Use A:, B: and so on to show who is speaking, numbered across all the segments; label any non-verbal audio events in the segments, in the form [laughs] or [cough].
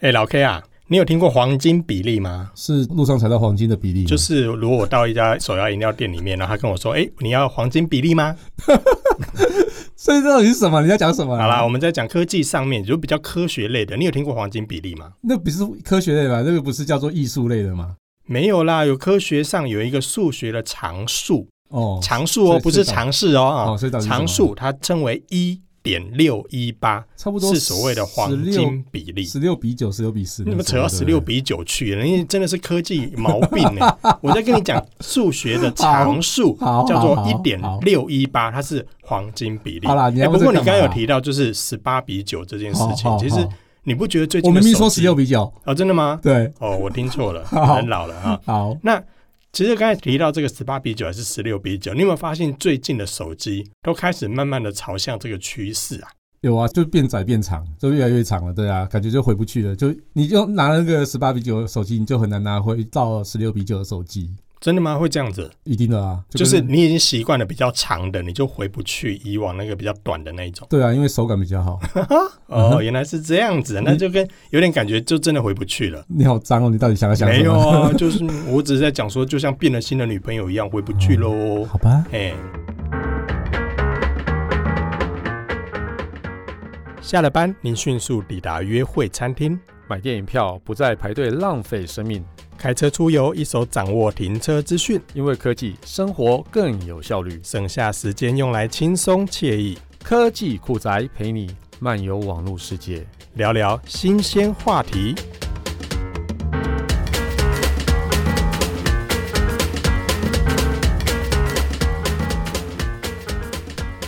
A: 哎、老 K 啊，你有听过黄金比例吗？
B: 是路上采到黄金的比例吗，
A: 就是如果我到一家手摇饮料店里面，然后他跟我说：“哎、你要黄金比例吗
B: 所以这到底是什么？你在讲什？”么？啊
A: 好啦，，我们在讲科技上面，就比较科学类的。你有听过黄金比例吗？
B: 那不是科学类吧？那个不是叫做艺术类的吗？
A: 没有啦，有科学上有一个数学的常数，
B: 哦
A: 常数哦，
B: 是
A: 不是
B: 是的
A: 常式哦啊，
B: 哦，所以到底是什么
A: 常数它称为一点六一八，
B: 差不多
A: 是所谓的黄金比例。
B: 十六比九、十六比四，
A: 你们扯到十六比九去了，你真的是科技毛病呢、
B: [laughs]
A: 我在跟你讲数学的常数
B: 好好
A: 叫做
B: 好
A: 一
B: 好
A: 点六一八，它是黄金比例。
B: 好啦你
A: 哎
B: 要
A: 不
B: 问这
A: 过你
B: 干
A: 刚
B: 嘛
A: 刚有
B: 啦
A: 提到就是十八比九这件事情，
B: 好好
A: 其实
B: 好
A: 你不觉得最
B: 我
A: 近的
B: 明明
A: 手
B: 说
A: 机
B: 十六比九，
A: 哦，真的吗？
B: 对，
A: 哦，我听错了，
B: [laughs] 好
A: 人老了啊。
B: 好，
A: 那其实刚才提到这个十八比九还是十六比九，你有没有发现最近的手机都开始慢慢的朝向这个趋势啊？
B: 有啊，就变窄变长，就越来越长了，对啊，感觉就回不去了，就你就拿那个十八比九的手机，你就很难拿回到十六比九的手机，
A: 真的吗？会这样子？
B: 一定的啊，
A: 就
B: 跟
A: 是你已经习惯了比较长的，你就回不去以往那个比较短的那一种。
B: 对啊，因为手感比较好。 [laughs]
A: 哦，原来是这样子，那
B: 你
A: 就跟有点感觉就真的回不去了。
B: 你好脏哦，你到底想要想
A: 没
B: 什
A: 有
B: 么？
A: 啊，就是我只是在讲说，就像变了心的女朋友一样，回不去喽。
B: [laughs] 好吧，
A: 哎。下了班，您迅速抵达约会餐厅，
C: 买电影票不再排队浪费生命，
A: 开车出游，一手掌握停车资讯，
C: 因为科技生活更有效率。
A: 省下时间用来轻松惬意
C: 科技酷宅陪你漫游网络世界。
A: 聊聊新鲜话题。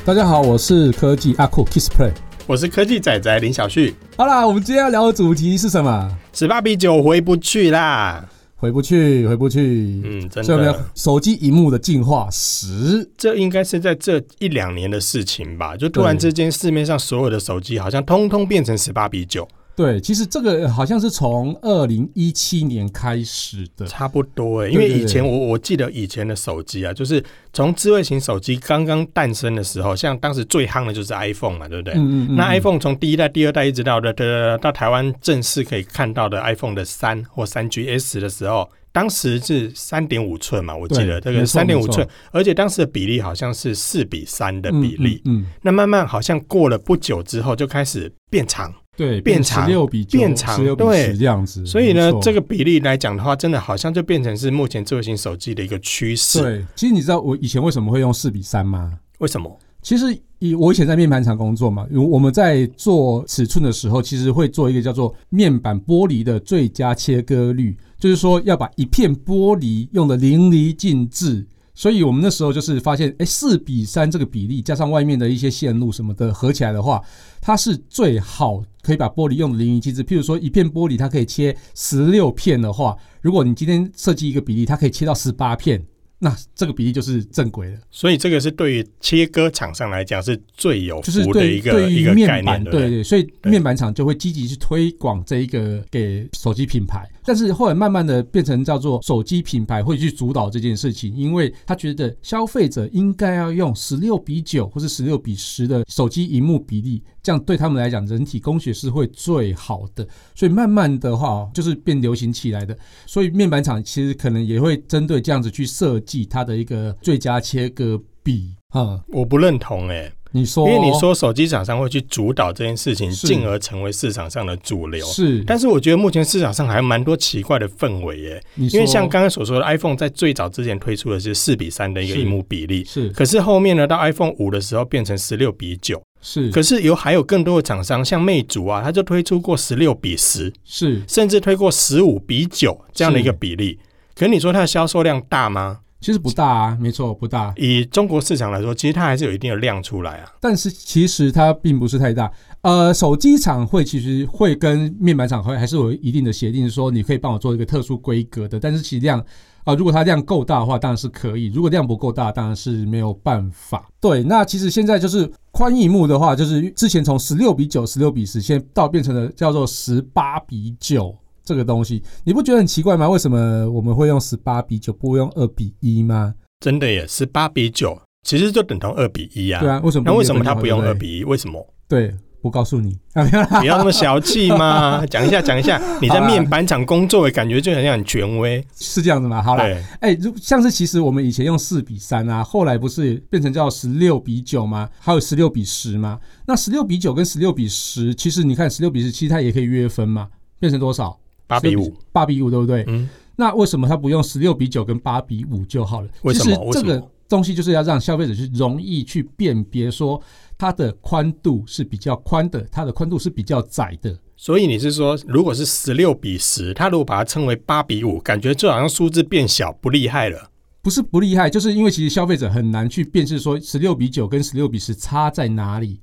B: 大家好，我是科技阿酷 Kissplay。
A: 我是科技仔仔林小旭，
B: 好啦，我们今天要聊的主题是什么？
A: 十八比九回不去啦。
B: 回不去，回不去。
A: 嗯，真
B: 所以我们
A: 的
B: 要，手机荧幕的进化十，
A: 这应该是在这一两年的事情吧？就突然之间，市面上所有的手机好像通通变成十八比九，
B: 对，其实这个好像是从二零一七年开始的，
A: 差不多哎、
B: 对
A: 因为
B: 对对
A: 以前我我记得以前的手机啊，就是从智慧型手机刚刚诞生的时候，像当时最夯的就是 iPhone 嘛，对不对？
B: 嗯
A: 那 iPhone 从第一代、第二代一直到的的到台湾正式可以看到的 iPhone 的三或三 GS 的时候，当时是三点五寸嘛，我记得这
B: 对
A: 个
B: 没错
A: 三点五
B: 没
A: 寸
B: 错，
A: 而且当时的比例好像是四比三的比例。
B: 嗯，嗯嗯
A: 那慢慢好像过了不久之后就开始变长，
B: 对，
A: 变
B: 十
A: 长
B: 六比九，
A: 变长
B: 十六比
A: 对
B: 十这样子。
A: 所以
B: 嗯没
A: 呢，
B: 错
A: 这个比例来讲的话，真的好像就变成是目前智慧型手机的一个趋势。
B: 对，其实你知道我以前为什么会用四比三吗？
A: 为什么？
B: 其实以我以前在面盘厂工作嘛，我们在做尺寸的时候，其实会做一个叫做面板玻璃的最佳切割率，就是说要把一片玻璃用的淋漓尽致。所以我们那时候就是发现，哎，四比三这个比例加上外面的一些线路什么的合起来的话，它是最好可以把玻璃用的淋漓尽致。譬如说，一片玻璃它可以切十六片的话，如果你今天设计一个比例，它可以切到十八片，那这个比例就是正轨了。
A: 所以这个是对于切割厂商来讲是最有
B: 就是
A: 福的
B: 对
A: 一个
B: 对
A: 一
B: 于
A: 个概
B: 面
A: 念，
B: 板，
A: 对不
B: 对
A: 对？
B: 对，所以
A: 对
B: 面板厂就会积极去推广这一个给手机品牌，但是后来慢慢的变成叫做手机品牌会去主导这件事情，因为他觉得消费者应该要用十六比九或是十六比十的手机荧幕比例，这样对他们来讲人体工学是会最好的，所以慢慢的话就是变流行起来的，所以面板厂其实可能也会针对这样子去设计它的一个最佳切割比。啊、
A: 我不认同哎、
B: 你说，
A: 因为你说手机厂商会去主导这件事情，
B: 哦是
A: 进而成为市场上的主流。
B: 是，
A: 但是我觉得目前市场上还蛮多奇怪的氛围耶，
B: 你
A: 因为
B: 说
A: 像刚刚所说的，iPhone 在最早之前推出的是四比三的一个
B: 是
A: 荧幕比例，
B: 是
A: 可是后面呢，到 iPhone 五的时候变成十六比九，
B: 是
A: 可是有还有更多的厂商，像魅族啊，它就推出过十六比十，
B: 是，
A: 甚至推过十五比九这样的一个比例。可你说它的销售量大吗？
B: 其实不大啊，没错，不大。
A: 以中国市场来说，其实它还是有一定的量出来啊。
B: 但是其实它并不是太大。呃，手机厂会其实会跟面板厂会还是有一定的协定，说你可以帮我做一个特殊规格的，但是其实量。啊、如果它量够大的话，当然是可以；如果量不够大，当然是没有办法。对，那其实现在就是宽荧幕的话，就是之前从十六比九、十六比十，现在到变成了叫做十八比九这个东西，你不觉得很奇怪吗？为什么我们会用十八比九，不会用二比一吗？
A: 真的耶，十八比九其实就等同二比一啊。
B: 对啊，为什么不
A: 那
B: 一
A: 为
B: 人
A: 什
B: 分
A: 么它
B: 就好
A: 不用
B: 对
A: 二
B: 对
A: 比一？为什么？ [laughs]
B: 对，我告诉你，啊没有啦
A: 不要那么小气嘛，讲一下讲一下，你在面板厂工作的感觉就很像很权威。
B: 是这样子嘛？好啦，
A: 对，
B: 哎、如像是其实我们以前用四比三啊，后来不是变成叫十六比九吗？还有十六比十吗？那十六比九跟十六比十，其实你看十六比十，其实它也可以约分嘛，变成多少？
A: 八比五，，
B: 八比五，对不对？
A: 嗯，
B: 那为什么它不用十六比九跟八比五就好了？
A: 为什
B: 其
A: 么
B: 实这
A: 为什
B: 个
A: 么
B: 东西就是要让消费者去容易去辨别，说它的宽度是比较宽的，它的宽度是比较窄的。
A: 所以你是说，如果是十六比十，他如果把它称为八比五，感觉就好像数字变小，不厉害了。
B: 不是不厉害，就是因为其实消费者很难去辨识说十六比九跟十六比十差在哪里。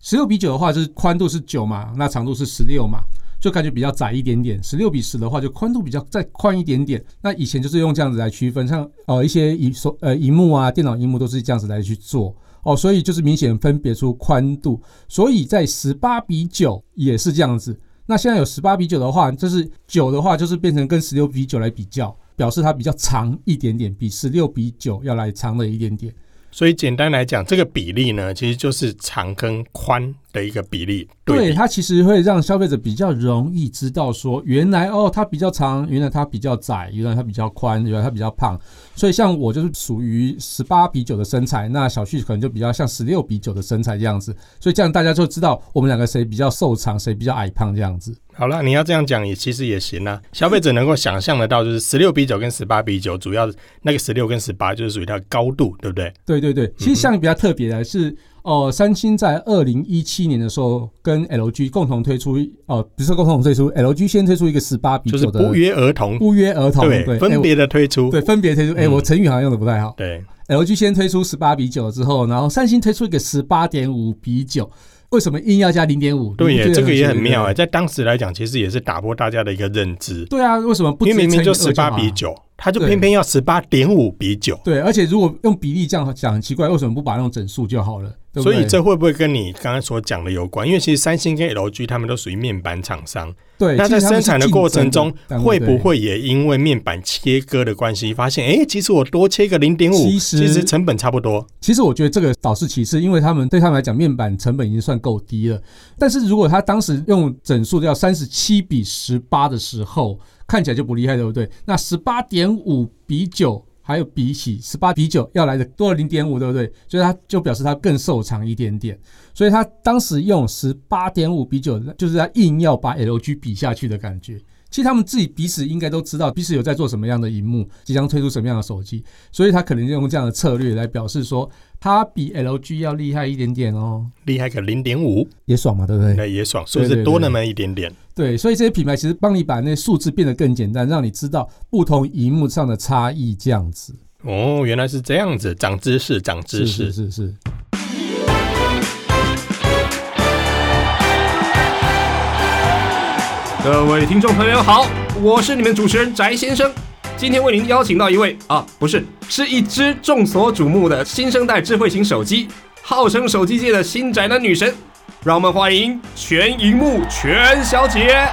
B: 十六比九的话，就是宽度是九嘛，那长度是十六嘛，就感觉比较窄一点点。十六比十的话，就宽度比较再宽一点点。那以前就是用这样子来区分，像呃一些以所呃荧幕啊、电脑荧幕都是这样子来去做哦，所以就是明显分别出宽度。所以在十八比九也是这样子。那现在有十八比九的话，就是九的话，就是变成跟十六比九来比较，表示它比较长一点点，比十六比九要来长了一点点。
A: 所以简单来讲，这个比例呢，其实就是长跟宽的一个比例对
B: 对，
A: 比。
B: 它其实会让消费者比较容易知道说，原来哦，它比较长，原来它比较窄，原来它比较宽，原来它比较胖。所以像我就是属于十八比九的身材，那小旭可能就比较像十六比九的身材这样子。所以这样大家就知道我们两个谁比较瘦长，谁比较矮胖这样子。
A: 好了，你要这样讲也其实也行啊。消费者能够想象得到，就是十六比九跟十八比九，主要那个十六跟十八就是属于它的高度，对不对？
B: 对对对，其实像比较特别的是，哦、三星在二零一七年的时候跟 LG 共同推出，哦、不是共同推出，LG 先推出一个十八比
A: 就是
B: 九的
A: 不约而同，
B: 不约而同，对，
A: 对，分
B: 哎
A: 别的推出
B: 我。对分别推出，哎、
A: 嗯
B: 我成语好像用的不太好。
A: 对，
B: LG 先推出十八比九之后，然后三星推出一个十八点五比九，为什么硬要加零点五？
A: 对
B: 你不觉
A: 耶，
B: 得
A: 这个也很
B: 奇怪
A: 妙哎，。在当时来讲，其实也是打破大家的一个认知，
B: 对啊，为什么不
A: 因
B: 直
A: 为
B: 接
A: 明明就
B: 乘
A: 十
B: 以
A: 八
B: 二好
A: 比九，他就
B: 对
A: 偏偏要十八点五比九，
B: 对，而且如果用比例这样讲，很奇怪，为什么不把那种整数就好了？对不
A: 所以
B: 对
A: 这会不会跟你刚刚所讲的有关？因为其实三星跟 LG 他们都属于面板厂商，
B: 对，
A: 那
B: 其
A: 在
B: 实他
A: 生
B: 们是
A: 产的
B: 竞
A: 过
B: 争
A: 程中
B: 单
A: 会
B: 位对
A: 不会也因为面板切割的关系，发现哎、诶其实我多切个零点五，
B: 其实
A: 其实成本差不多。
B: 其实我觉得这个倒是其次，因为他们对他们来讲，面板成本已经算够低了。但是如果他当时用整数叫三十七比十八的时候，看起来就不厉害，对不对？那十八点五比九，还有比起十八比九要来的多了零点五，对不对？所以他就表示他更瘦长一点点。所以他当时用十八点五比九，就是他硬要把 LG 比下去的感觉。其实他们自己彼此应该都知道，彼此有在做什么样的荧幕，即将推出什么样的手机，所以他可能用这样的策略来表示说，他比 LG 要厉害一点点哦，
A: 厉害个零点五，
B: 也爽嘛，对不对？
A: 那也爽，数
B: 对
A: 字
B: 对
A: 多
B: 对
A: 那么一点点。
B: 对，所以这些品牌其实帮你把那数字变得更简单，让你知道不同荧幕上的差异，这样子。
A: 哦，原来是这样子，长知识，长知识。
B: 是是是。
D: 各位听众朋友好，我是你们主持人翟先生。今天为您邀请到一位啊，不是，是一只众所瞩目的新生代智慧型手机，号称手机界的新宅男女神。让我们欢迎全荧幕全小姐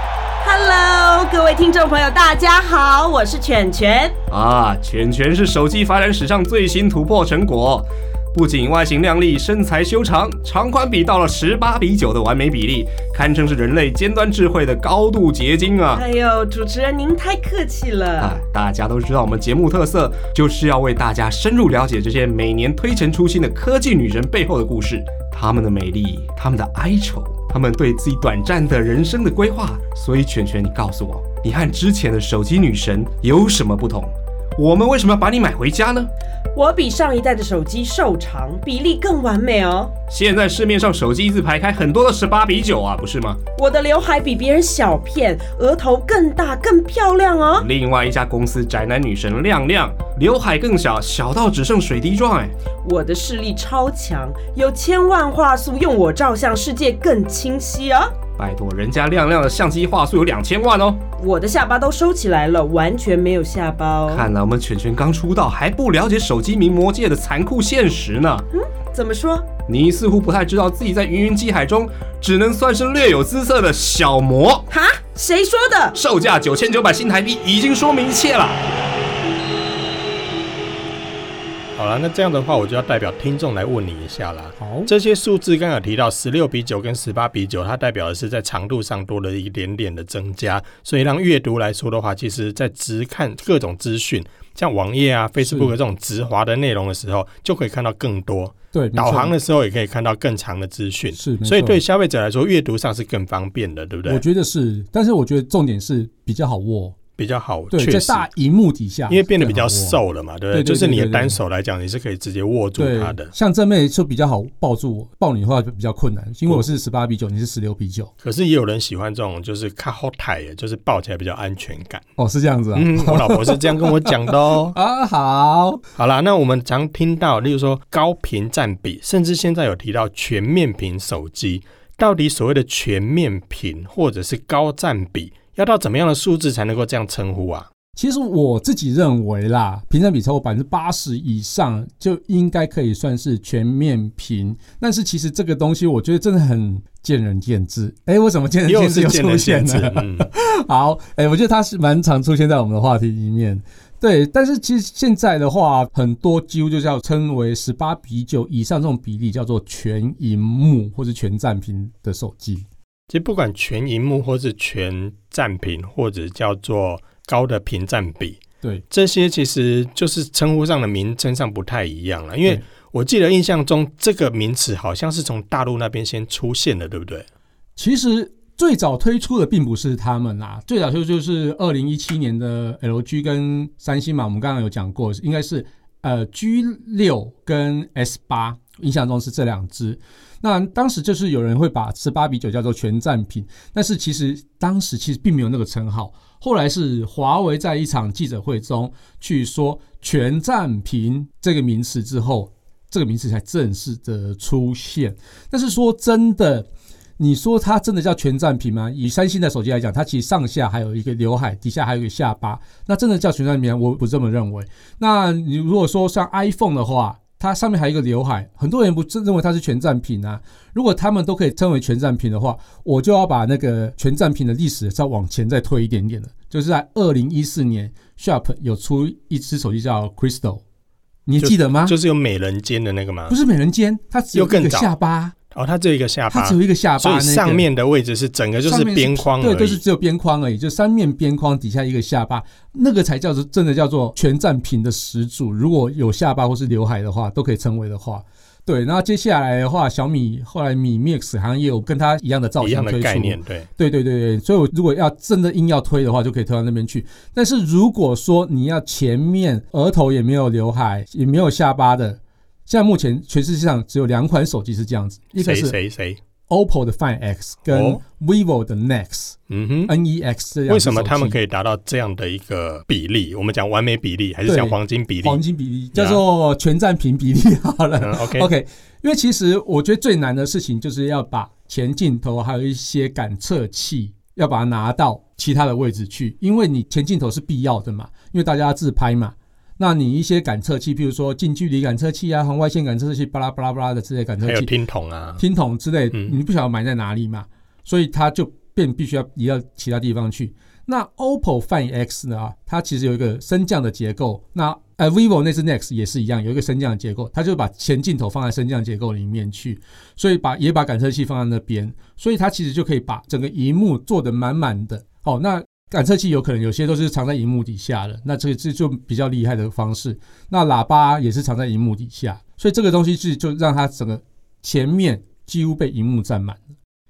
E: Hello，各位听众朋友，大家好，我是犬犬。
D: 啊！全全是手机发展史上最新突破成果，不仅外形靓丽，身材修长，长宽比到了十八比九的完美比例，堪称是人类尖端智慧的高度结晶啊！
E: 哎呦，主持人您太客气
D: 啊
E: 了。，
D: 大家都知道我们节目特色就是要为大家深入了解这些每年推陈出新的科技女人背后的故事，她们的美丽，她们的哀愁，她们对自己短暂的人生的规划。所以，全全，你告诉我，你和之前的手机女神有什么不同？我们为什么要把你买回家呢？
E: 我比上一代的手机瘦长，比例更完美哦。
D: 现在市面上手机一字排开，很多的十八比九啊，不是吗？
E: 我的刘海比别人小片，额头更大，更漂亮哦。
D: 另外一家公司宅男女神亮亮，刘海更小，小到只剩水滴状，哎，
E: 我的视力超强，有千万画素，用我照相世界更清晰哦。
D: 拜托，人家亮亮的相机画素有两千万哦。
E: 我的下巴都收起来了，完全没有下巴哦。
D: 看来我们犬犬刚出道，还不了解手机名模界的残酷现实呢。
E: 怎么说？
D: 你似乎不太知道自己在芸芸机海中，只能算是略有姿色的小模。
E: 哈？谁说的？
D: 售价九千九百新台币，已经说明一切了。
A: 好好了，那这样的话，我就要代表听众来问你一下啦。
B: 好，
A: 这些数字刚刚有提到，十六比九跟十八比九，它代表的是在长度上多了一点点的增加，所以让阅读来说的话，其实在直看各种资讯，像网页啊、Facebook 这种直滑的内容的时候，就可以看到更多；
B: 对，没错
A: 导航的时候也可以看到更长的资讯，
B: 是，没
A: 所以
B: 错
A: 对消费者来说，阅读上是更方便的，对不
B: 我
A: 对？
B: 觉得是，但是我觉得重点是比较好握，
A: 比较好，
B: 对，
A: 确
B: 在
A: 实。
B: 大荧幕底下，
A: 因为变得比较
B: 最好握。
A: 瘦了嘛，对不对？
B: 对对
A: 就是你的
B: 对对
A: 单手来讲，你是可以直接握住
B: 对
A: 它的，。
B: 像正妹就比较好抱住我，抱你的话就比较困难，因为我是十八比九，你是十六比九，
A: 可是也有人喜欢这种，就是卡后台，就是抱起来比较安全感。
B: 哦，是这样子啊。。
A: 嗯，我老婆是这样跟我讲的哦 [laughs]
B: 啊，好，
A: 好啦，那我们常听到，例如说高屏占比，甚至现在有提到全面屏手机，到底所谓的全面屏或者是高占比，要到怎么样的数字才能够这样称呼啊？
B: 其实我自己认为啦，屏占比超过百分之八十以上就应该可以算是全面屏。但是其实这个东西，我觉得真的很见仁见智。哎，为什么见仁
A: 又
B: 见智
A: 是
B: 又
A: 见
B: 出
A: 仁
B: 现
A: 见智
B: 呢？，
A: 嗯，
B: [laughs] 好，哎、我觉得它是蛮常出现在我们的话题里面。对，但是其实现在的话，很多几乎就叫称为十八比九以上这种比例，叫做全荧幕或是全占屏的手机。
A: 其实不管全荧幕或是全占屏，或者叫做高的屏占比，
B: 对，
A: 这些其实就是称呼上的名称上不太一样了，因为
B: 对
A: 我记得印象中这个名词好像是从大陆那边先出现的，对不对？
B: 其实最早推出的并不是他们啦，最早就就是二零一七年的 LG 跟三星嘛，我们刚刚有讲过，应该是呃 G 六跟 S 八，印象中是这两只。那当时就是有人会把十八比九叫做全占品，但是其实当时其实并没有那个称号。后来是华为在一场记者会中去说“全占屏”这个名词之后，这个名词才正式的出现。但是说真的，你说它真的叫全占屏吗？以三星的手机来讲，它其实上下还有一个刘海，底下还有一个下巴，那真的叫全占屏吗？我不这么认为。那你如果说像 iPhone 的话，它上面还有一个刘海，很多人不认认为它是全占屏啊。如果他们都可以称为全占屏的话，我就要把那个全占屏的历史再往前再推一点点了。就是在二零一四年，Sharp 有出一只手机叫 Crystal，你记得吗？
A: 就是有美人尖的那个嘛
B: 啊不，是美人尖，它只有
A: 又更
B: 一个
A: 早
B: 下巴，
A: 哦，它只有一个下
B: 它
A: 巴
B: 只，有一个下巴、
A: 所
B: 那
A: 以
B: 个
A: 上面的位置是整个就
B: 上
A: 是
B: 面
A: 边框而
B: 对，
A: 已，
B: 就是只有边框而已，就三面边框底下一个下巴，那个才叫做真的叫做全占屏的始祖。如果有下巴或是刘海的话，都可以称为的话。对，那接下来的话，小米后来米 Mix 好像也有跟它一样的造
A: 一
B: 型
A: 样
B: 推出，
A: 的概念，对。
B: 对对对对，所以我如果要真的硬要推的话，就可以推到那边去。但是如果说你要前面额头也没有刘海，也没有下巴的，现在目前全世界上只有两款手机是这样子，一个
A: 谁
B: 是
A: 谁谁？
B: OPPO 的 Find X 跟
A: 哦
B: vivo 的 Nex、
A: 嗯哼。
B: NEX 这样。
A: 为什么他们可
B: 以？
A: 以达到这样的一个比例？我们讲完美比例还是
B: 对
A: 讲黄金比例？
B: 黄金比例叫做全占屏比例好了。
A: 嗯，OK，
B: [laughs] OK，因为其实我觉得最难的事情就是要把前镜头还有一些感测器要把它拿到其他的位置去，因为你前镜头是必要的嘛，因为大家自拍嘛。那你一些感测器，譬如说近距离感测器啊、红外线感测器、巴拉巴拉巴拉的这些感测
A: 还有
B: 器、
A: 听筒啊，
B: 听筒之类，
A: 嗯
B: 你不晓得埋在哪里嘛，所以它就便必须要移到其他地方去。那 OPPO Find X 呢啊，它其实有一个升降的结构。那呃，vivo 那只 Nex 也是一样，有一个升降的结构，它就把前镜头放在升降结构里面去，所以把也把感测器放在那边，所以它其实就可以把整个荧幕做得满满的。哦，那感测器有可能有些都是藏在荧幕底下的，那这个这就比较厉害的方式。那喇叭也是藏在荧幕底下，所以这个东西是就让它整个前面几乎被荧幕占满。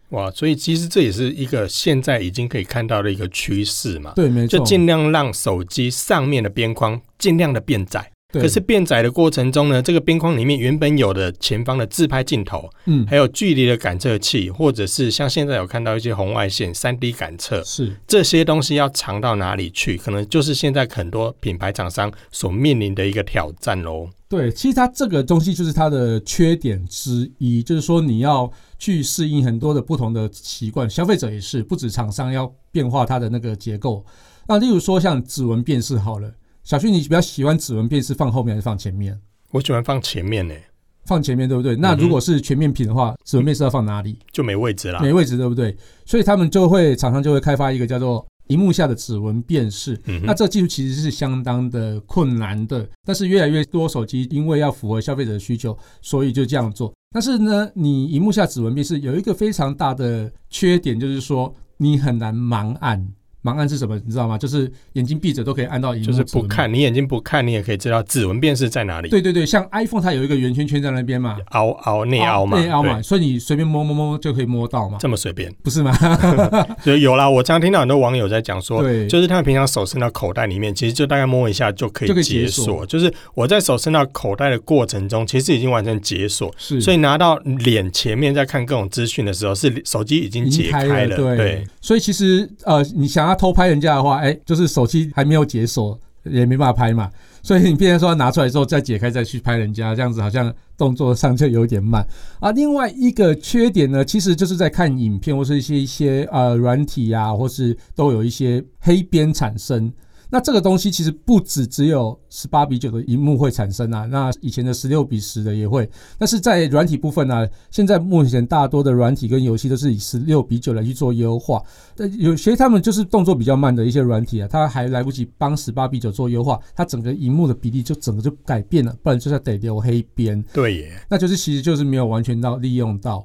A: 哇！所以其实这也是一个现在已经可以看到的一个趋势嘛。
B: 对，没错。
A: 啊就尽量让手机上面的边框尽量的变窄。
B: 对
A: 可是变窄的过程中呢，这个边框里面原本有的前方的自拍镜头，
B: 嗯，
A: 还有距离的感测器，或者是像现在有看到一些红外线、三 D 感测
B: 是
A: 这些东西要藏到哪里去，可能就是现在很多品牌厂商所面临的一个挑战喽。
B: 对，其实它这个东西就是它的缺点之一，就是说你要去适应很多的不同的习惯，消费者也是，不止厂商要变化它的那个结构。那例如说像指纹辨识好了，小旭你比较喜欢指纹辨识放后面还是放前面？
A: 我喜欢放前面呢、
B: 放前面对不对？那
A: 嗯哼
B: 如果是全面屏的话，指纹辨识要放哪里？
A: 就没位置啦。
B: 没位置，对不对？所以他们就会厂商就会开发一个叫做荧幕下的指纹辨识。
A: 嗯哼
B: 那这个技术其实是相当的困难的，但是越来越多手机因为要符合消费者的需求，所以就这样做。但是呢，你荧幕下指纹辨识有一个非常大的缺点，就是说你很难盲按。盲按是什么？你知道吗？就是眼睛闭着都可以按到荧幕，
A: 就是不看，。你眼睛不看，你也可以知道指纹辨识在哪里。
B: 嗯对对对，像 iPhone 它有一个圆圈圈在那边嘛，
A: 凹凹内凹嘛，
B: 哦内凹嘛，
A: 对，
B: 所以你随便摸摸摸就可以摸到嘛，
A: 这么随便，
B: 不
A: [laughs]
B: 是吗？
A: 就有啦。我常听到很多网友在讲说，
B: 对，
A: 就是他们平常手伸到口袋里面，其实就大概摸一下就可
B: 就可
A: 以
B: 以解
A: 解
B: 锁
A: 锁。就是我在手伸到口袋的过程中，其实已经完成解锁。
B: 是，
A: 所以拿到脸前面在看各种资讯的时候，是手机已经
B: 已
A: 解
B: 经
A: 开
B: 了，
A: 对，
B: 所以其实呃，你想要偷拍人家的话，哎、就是手机还没有解锁，也没办法拍嘛，所以你变成说拿出来之后再解开再去拍人家，这样子好像动作上就有点慢啊。另外一个缺点呢，其实就是在看影片或是一些一些呃软体啊，或是都有一些黑边产生。那这个东西其实不只只有十八比九的荧幕会产生啊，那以前的十六比十的也会，但是在软体部分呢、现在目前大多的软体跟游戏都是以十六比九来去做优化。但有些他们就是动作比较慢的一些软体啊，它还来不及帮十八比九做优化，它整个荧幕的比例就整个就改变了，不然就是得留黑边，
A: 对耶，
B: 那就是其实就是没有完全到利用到。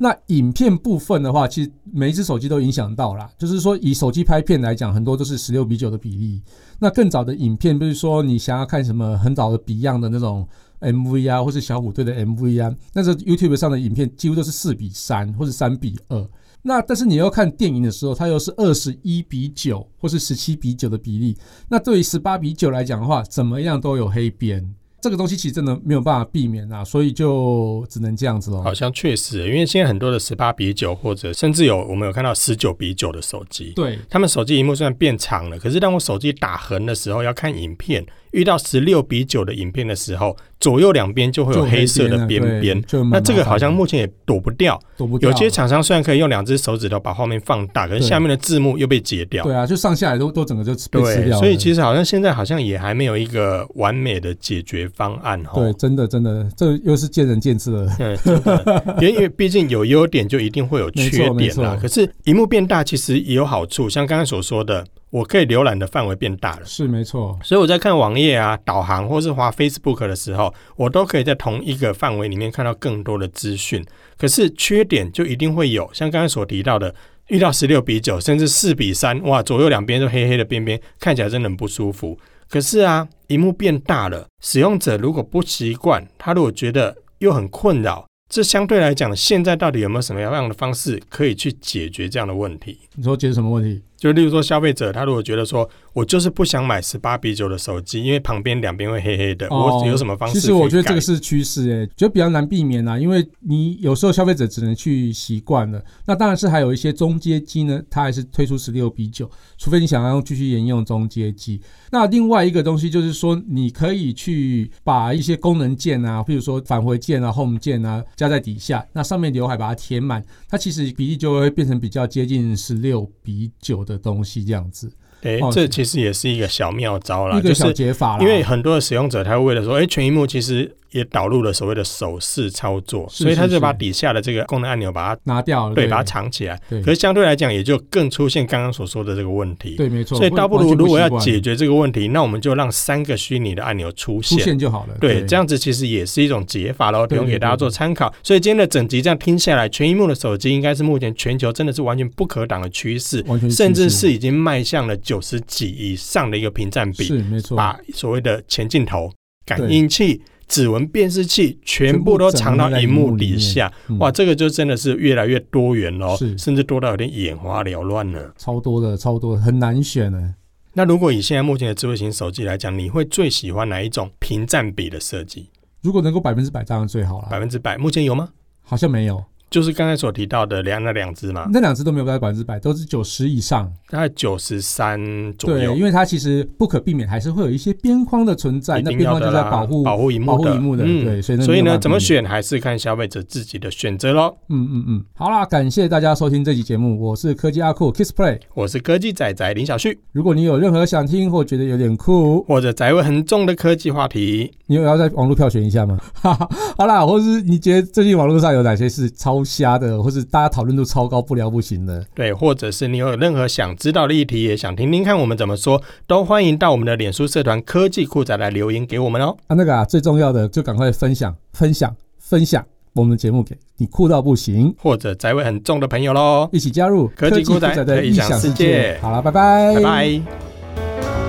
B: 那影片部分的话，其实每一只手机都影响到啦。就是说，以手机拍片来讲，很多都是十六比九的比例。那更早的影片，比如说你想要看什么很早的 Beyond 的那种 MV 啊，或是小虎队的 MV 啊，那时候 YouTube 上的影片几乎都是四比三或是三比二。那但是你要看电影的时候，它又是二十一比九或是十七比九的比例。那对于十八比九来讲的话，怎么样都有黑边，这个东西其实真的没有办法避免啊，所以就只能这样子喽。
A: 好像确实，因为现在很多的十八比九，或者甚至有我们有看到十九比九的手机，
B: 对，
A: 他们手机荧幕虽然变长了，可是当我手机打横的时候，要看影片，遇到十六比九的影片的时候，左右两边就会有黑色的边边。
B: 就蛮麻烦的
A: 那这个好像目前也躲不掉，
B: 躲不掉
A: 有些厂商虽然可以用两只手指头把画面放大，可是
B: 对
A: 下面的字幕又被截掉。
B: 对啊，就上下来都都整个就被吃
A: 对，
B: 掉了。
A: 所以其实好像现在好像也还没有一个完美的解决方案哈。
B: 对，真的真的，这又是见仁见智了。
A: 嗯，真的因为因为毕竟有优点就一定会有缺
B: 没
A: 点
B: 错没
A: 啦
B: 错。
A: 可是荧幕变大其实也有好处，像刚刚所说的，我可以浏览的范围变大了。
B: [laughs] 是没错，
A: 所以我在看网页啊、导航或是滑 Facebook 的时候，我都可以在同一个范围里面看到更多的资讯。可是缺点就一定会有，像刚刚所提到的，遇到十六比九甚至四比三，哇，左右两边都黑黑的边边，看起来真的很不舒服。可是啊，荧幕变大了，使用者如果不习惯，他如果觉得又很困扰，这相对来讲，现在到底有没有什么样的方式可以去解决这样的问题？
B: 你说解决什么问题？
A: 就例如说，消费者他如果觉得说我就是不想买十八比九的手机，因为旁边两边会黑黑的，
B: 哦
A: 我有什么方式可以
B: 其
A: 改？
B: 实我觉得这个是趋势，哎，觉得比较难避免啦、啊因为你有时候消费者只能去习惯了。那当然是还有一些中阶机呢，它还是推出十六比九，除非你想要继续沿用中阶机。那另外一个东西就是说，你可以去把一些功能键啊，比如说返回键啊、home 键啊，加在底下，那上面刘海把它填满，它其实比例就会变成比较接近十六比九的东西这样子，
A: 诶，
B: 哦
A: 这其实也是一个小妙招啦，
B: 一个
A: 就是
B: 小解法啦。
A: 因为很多的使用者他会为了说，诶，全荧幕其实也导入了所谓的手势操作，
B: 是
A: 所以他
B: 是
A: 就是把底下的这个功能按钮把它
B: 拿掉了，
A: 对把它藏起来。
B: 对
A: 可是相对来讲，也就更出现刚刚所说的这个问题。
B: 对，没错。
A: 所以倒不
B: 完
A: 如
B: 全
A: 如果要
B: 习惯
A: 解决这个问题，那我们就让三个虚拟的按钮出
B: 出
A: 现。
B: 现就好了。
A: 对，这样子其实也是一种解法喽，提
B: 对
A: 供给大家做参考。所以今天的整集这样听下来，全荧幕的手机应该是目前全球真的是完全不可挡的趋势，
B: 完全
A: 甚至
B: 清晰
A: 是已经迈向了九十几以上的一个屏占比，
B: 是没错，
A: 把所谓的前镜头、感应器。指纹辨识器全部都藏到荧幕底下，
B: 嗯
A: 哇，这个就真的是越来越多元喽，
B: 是
A: 甚至多到有点眼花缭乱了。
B: 超多的，超多的，很难选呢。
A: 那如果以现在目前的智慧型手机来讲，你会最喜欢哪一种屏占比的设计？
B: 如果能够百分之百，当然最好
A: 百
B: 了。
A: 分之百，目前有吗？
B: 好像没有，
A: 就是刚才所提到的两那两只嘛，
B: 那两只都没有到百分之百，都是九十以上。
A: 大概九十三左
B: 对，
A: 右，
B: 因为它其实不可避免还是会有一些边框的存在，
A: 一
B: 那
A: 定
B: 边
A: 要
B: 框就
A: 的
B: 在
A: 啦
B: 保护。
A: 保护荧幕嗯
B: 保护荧幕的对所以那
A: 所以
B: 没有办
A: 呢，
B: 法
A: 怎么
B: 避免
A: 选还是看消费者自己的选择喽。
B: 嗯嗯嗯，好啦，感谢大家收听这期节目，我是科技阿酷 Kiss Play。
A: 我是科技仔仔林小旭，
B: 如果你有任何想听或觉得有点酷，
A: 或者宅味很重的科技话题，
B: [laughs] 你有要在网络票选一下吗？哈哈，好啦，或是你觉得最近网络上有哪些是超超瞎的，或是大家讨论度超高不聊不行的。
A: 对，或者是你有任何想知道的议题，也想听听看我们怎么说，都欢迎到我们的脸书社团科技酷宅来留言给我们哦。
B: 啊，那个啊，最重要的就赶快分享、分享、分享我们的节目给你酷到不行，
A: 或者宅味很重的朋友喽，
B: 一起加入
A: 科技酷宅的异想世界
B: 好了，拜拜，
A: 拜拜。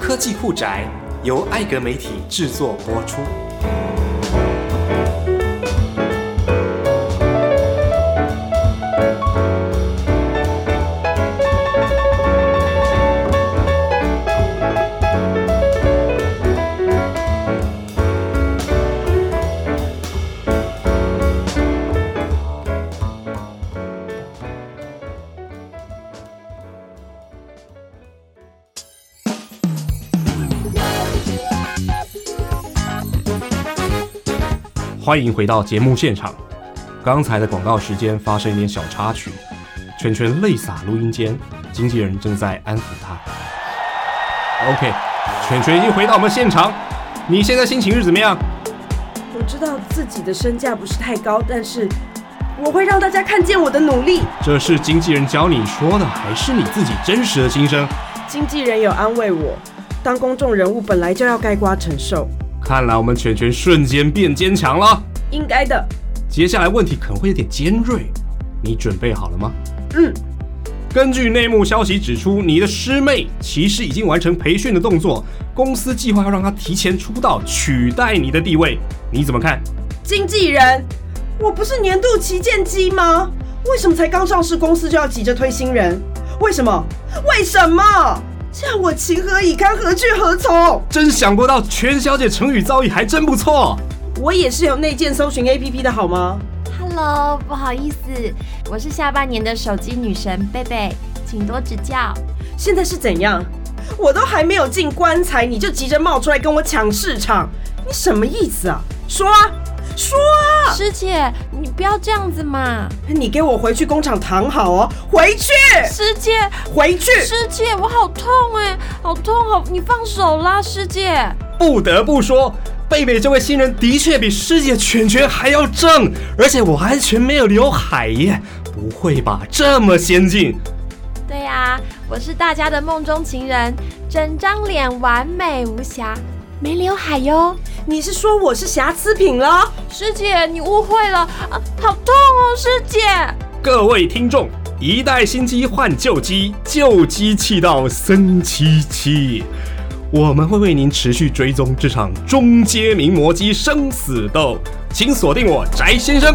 D: 科技酷宅由艾格媒体制作播出。欢迎回到节目现场。刚才的广告时间发生一点小插曲，全全泪洒录音间，经纪人正在安抚他。OK，全全已经回到我们现场，你现在心情是怎么样？
E: 我知道自己的身价不是太高，但是我会让大家看见我的努力。
D: 这是经纪人教你说的，还是你自己真实的心声？
E: 经纪人有安慰我，当公众人物本来就要盖瓜承受，
D: 看来我们全全瞬间变坚强了。
E: 应该的。
D: 接下来问题可能会有点尖锐，你准备好了吗？
E: 嗯，
D: 根据内幕消息指出，你的师妹其实已经完成培训的动作，公司计划要让她提前出道，取代你的地位，你怎么看？
E: 经纪人，我不是年度旗舰机吗？为什么才刚上市公司就要急着推新人？为什么？为什么？这样我情何以堪？何去何从？
D: 真想不到全小姐成语造诣还真不错。
E: 我也是有内建搜寻 APP 的好吗？
F: Hello，不好意思，我是下半年的手机女神贝贝，请多指教。
E: 现在是怎样？我都还没有进棺材，你就急着冒出来跟我抢市场，你什么意思啊？说啊，说啊！
F: 师姐，你不要这样子嘛！
E: 你给我回去工厂躺好哦，回去，
F: 师姐，
E: 回去！
F: 师姐，我好痛哎、好痛好，你放手啦，师姐。
D: 不得不说，贝贝这位新人的确比师姐全全还要正，而且完全没有刘海耶，不会吧？这么先进，
F: 对呀、我是大家的梦中情人，整张脸完美无瑕，没刘海哟。
E: 你是说我是瑕疵品了？
F: 师姐，你误会了啊，好痛哦，师姐。
D: 各位听众，一代新机换旧机，旧机气到森七七。我们会为您持续追踪这场中阶名模机生死斗，请锁定我翟先生。